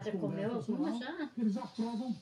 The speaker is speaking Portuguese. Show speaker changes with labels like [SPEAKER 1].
[SPEAKER 1] Você comeu alguma já?
[SPEAKER 2] Eles aprovam